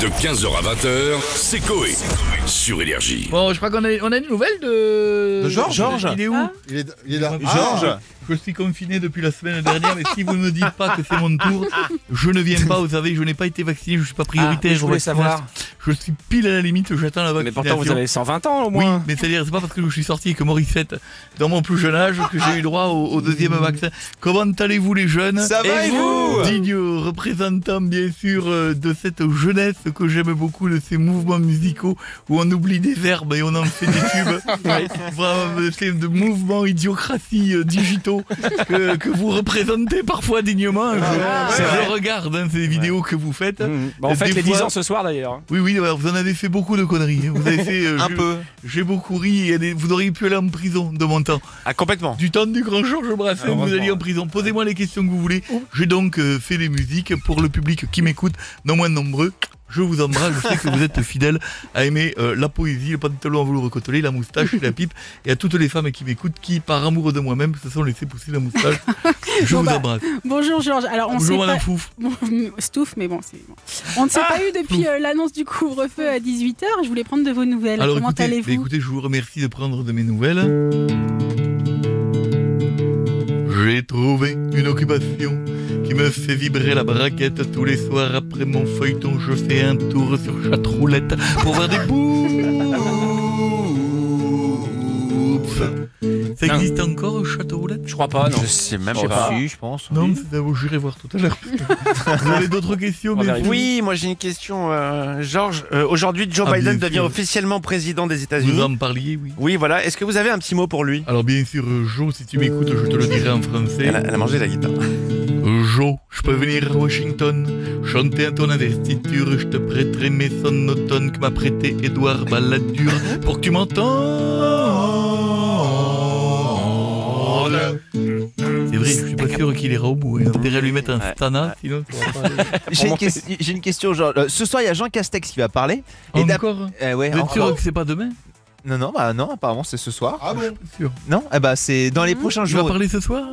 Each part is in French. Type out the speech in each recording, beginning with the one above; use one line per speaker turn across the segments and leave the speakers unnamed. De 15h à 20h, c'est Coé. Sur Énergie.
Bon, je crois qu'on a, on a une nouvelle de...
De Georges
Georges Il est où
Il est, il est là.
Ah, Je suis confiné depuis la semaine dernière, mais si vous ne me dites pas que c'est mon tour, je ne viens pas, vous savez, je n'ai pas été vacciné, je ne suis pas prioritaire.
Ah, je voulais
au vaccinage.
savoir.
Je suis pile à la limite, j'attends la
Mais
vaccination.
pourtant, vous avez 120 ans au
Oui,
moins.
mais c'est-à-dire, c'est pas parce que je suis sorti et que Morissette, dans mon plus jeune âge, que j'ai eu droit au, au deuxième vaccin. Comment allez-vous les jeunes
Ça va et vous
Digne représentant, bien sûr, euh, de cette jeunesse que j'aime beaucoup, de ces mouvements musicaux où on oublie des verbes et on en fait des tubes. Ouais, Vraiment, euh, c'est de mouvements idiocratie euh, digitaux que, que vous représentez parfois dignement. Je,
Ah, c'est
je
vrai. Mm.
regarde hein, ces vidéos que vous faites.
Mmh. Bah, en
Des
fait, les
fois-
10 ans ce soir d'ailleurs. hein.
Oui, oui, alors, vous en avez fait beaucoup de conneries. hein. Vous avez fait euh,
Un
je-
peu.
j'ai beaucoup ri et des- vous auriez pu aller en prison de mon temps.
Ah, complètement.
Du temps du grand Georges Brassens, vous alliez en prison. Posez-moi les questions que vous voulez. J'ai donc euh, fait des musiques pour le public qui m'écoute, non moins nombreux. Je vous embrasse, je sais que vous êtes fidèles à aimer euh, la poésie, le pantalon à velours côtelé, la moustache et la pipe, et à toutes les femmes qui m'écoutent qui, par amour de moi-même, se sont laissées pousser la moustache. Je
Bon
vous
bah,
embrasse.
Bonjour Georges. Alors on
Bonjour
sait pas.
Madame Ah Fouf.
Bon, Stouff, mais bon, c'est bon. On ne s'est pas eu depuis euh, l'annonce du couvre-feu à 18h. Je voulais prendre de vos nouvelles.
Alors
Comment
écoutez, bah,
allez-vous
écoutez, je vous remercie de prendre de mes nouvelles. J'ai trouvé une occupation qui me fait vibrer la braquette tous les soirs après mon feuilleton. Je fais un tour sur chaque roulette pour voir des boups. Ça existe encore, château roulette
Je crois pas, non.
Je sais même
Je sais
pas.
pas.
Si, je pense.
Non, mais c'est à vous, j'irai voir tout à l'heure. Vous avez d'autres questions
On
mais-
vérifie.
Oui, moi j'ai une question, euh, Georges. Euh, Aujourd'hui, Joe
Ah,
Biden
bien
devient
sûr.
officiellement président des
Vous
États-Unis.
en parliez, oui.
Oui, voilà. Est-ce que vous avez un petit mot pour lui
Alors bien sûr, euh, Joe, si tu m'écoutes, je te le dirai en français.
elle a, elle a mangé la guitare.
Euh, Joe, je peux venir à Washington, chanter à ton investiture, je te prêterai mes sons d'automne que m'a prêté Édouard Balladur pour que tu m'entendes. C'est vrai, je suis pas sûr qu'il ira au bout. hein. Il faudrait lui mettre un
Ouais.
stana, sinon ça va pas aller.
J'ai une,
monter.
question- j'ai une question, genre, euh, ce soir il y a Jean Castex qui va parler. Et d'ap-
Encore
Euh, ouais,
Vous êtes
encore.
sûr que c'est pas demain
Non, non, bah non, apparemment c'est ce soir.
Ah bon
Sûr.
Non, eh bah c'est dans les
Mmh.
prochains
Je vais
jours.
parler ce soir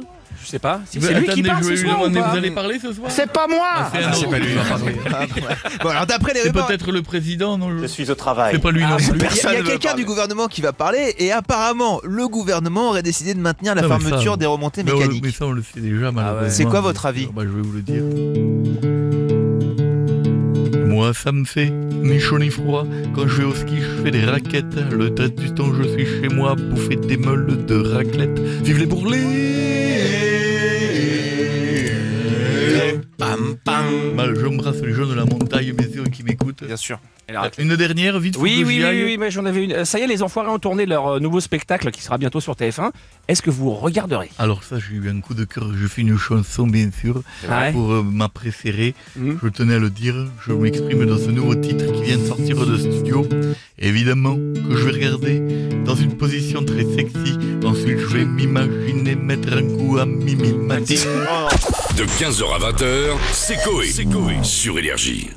Je sais pas. Si
Bah,
c'est lui
attendez,
qui parle
je vais
ce
lui
soir ou
demander,
pas
Vous allez parler ce soir
C'est pas moi Euh,
Ah, c'est un
Ah, c'est
autre
pas
qui
lui.
va parler.
Ah, ouais. Bon, alors d'après les
C'est
rumeurs, il
peut-être le président, non je-
suis au travail.
C'est pas lui non plus.
y a- il y a,
Personne ne veut
quelqu'un
parler.
du gouvernement qui va parler et apparemment le gouvernement aurait décidé de maintenir la
Non, mais ça,
fermeture
non.
des remontées
Mais, on-
mécaniques.
mais ça, on le sait
Ah
déjà, malheureusement.
C'est quoi votre avis
Bah, Je vais vous le dire. Moi, ça me fait ni chaud ni froid. Quand je vais au ski, je fais des raquettes. Le reste du temps, je suis chez moi, à bouffer des meules de raclette. Vive les bourrelets
Pam, pam.
Bah, J'embrasse les gens de la montagne, bien sûr, qui m'écoutent.
Bien sûr.
Une dernière, vite, faut
Ah. Oui,
que
oui,
j'y
oui,
aille.
oui, oui, mais j'en avais une. Euh, Ça y est, les enfoirés ont tourné leur euh, nouveau spectacle qui sera bientôt sur TF1. Est-ce que vous regarderez
Alors ça, j'ai eu un coup de cœur. Je fais une chanson, bien sûr,
Ouais.
pour euh, ma préférée.
Mhm.
Je tenais à le dire. Je m'exprime dans ce nouveau titre qui vient de sortir de studio. Évidemment que je vais regarder dans une position très sexy. Ensuite, je vais m'imaginer mettre un coup à Mimi Mati.
De 15h à 20h, c'est Coé. Sur Énergie.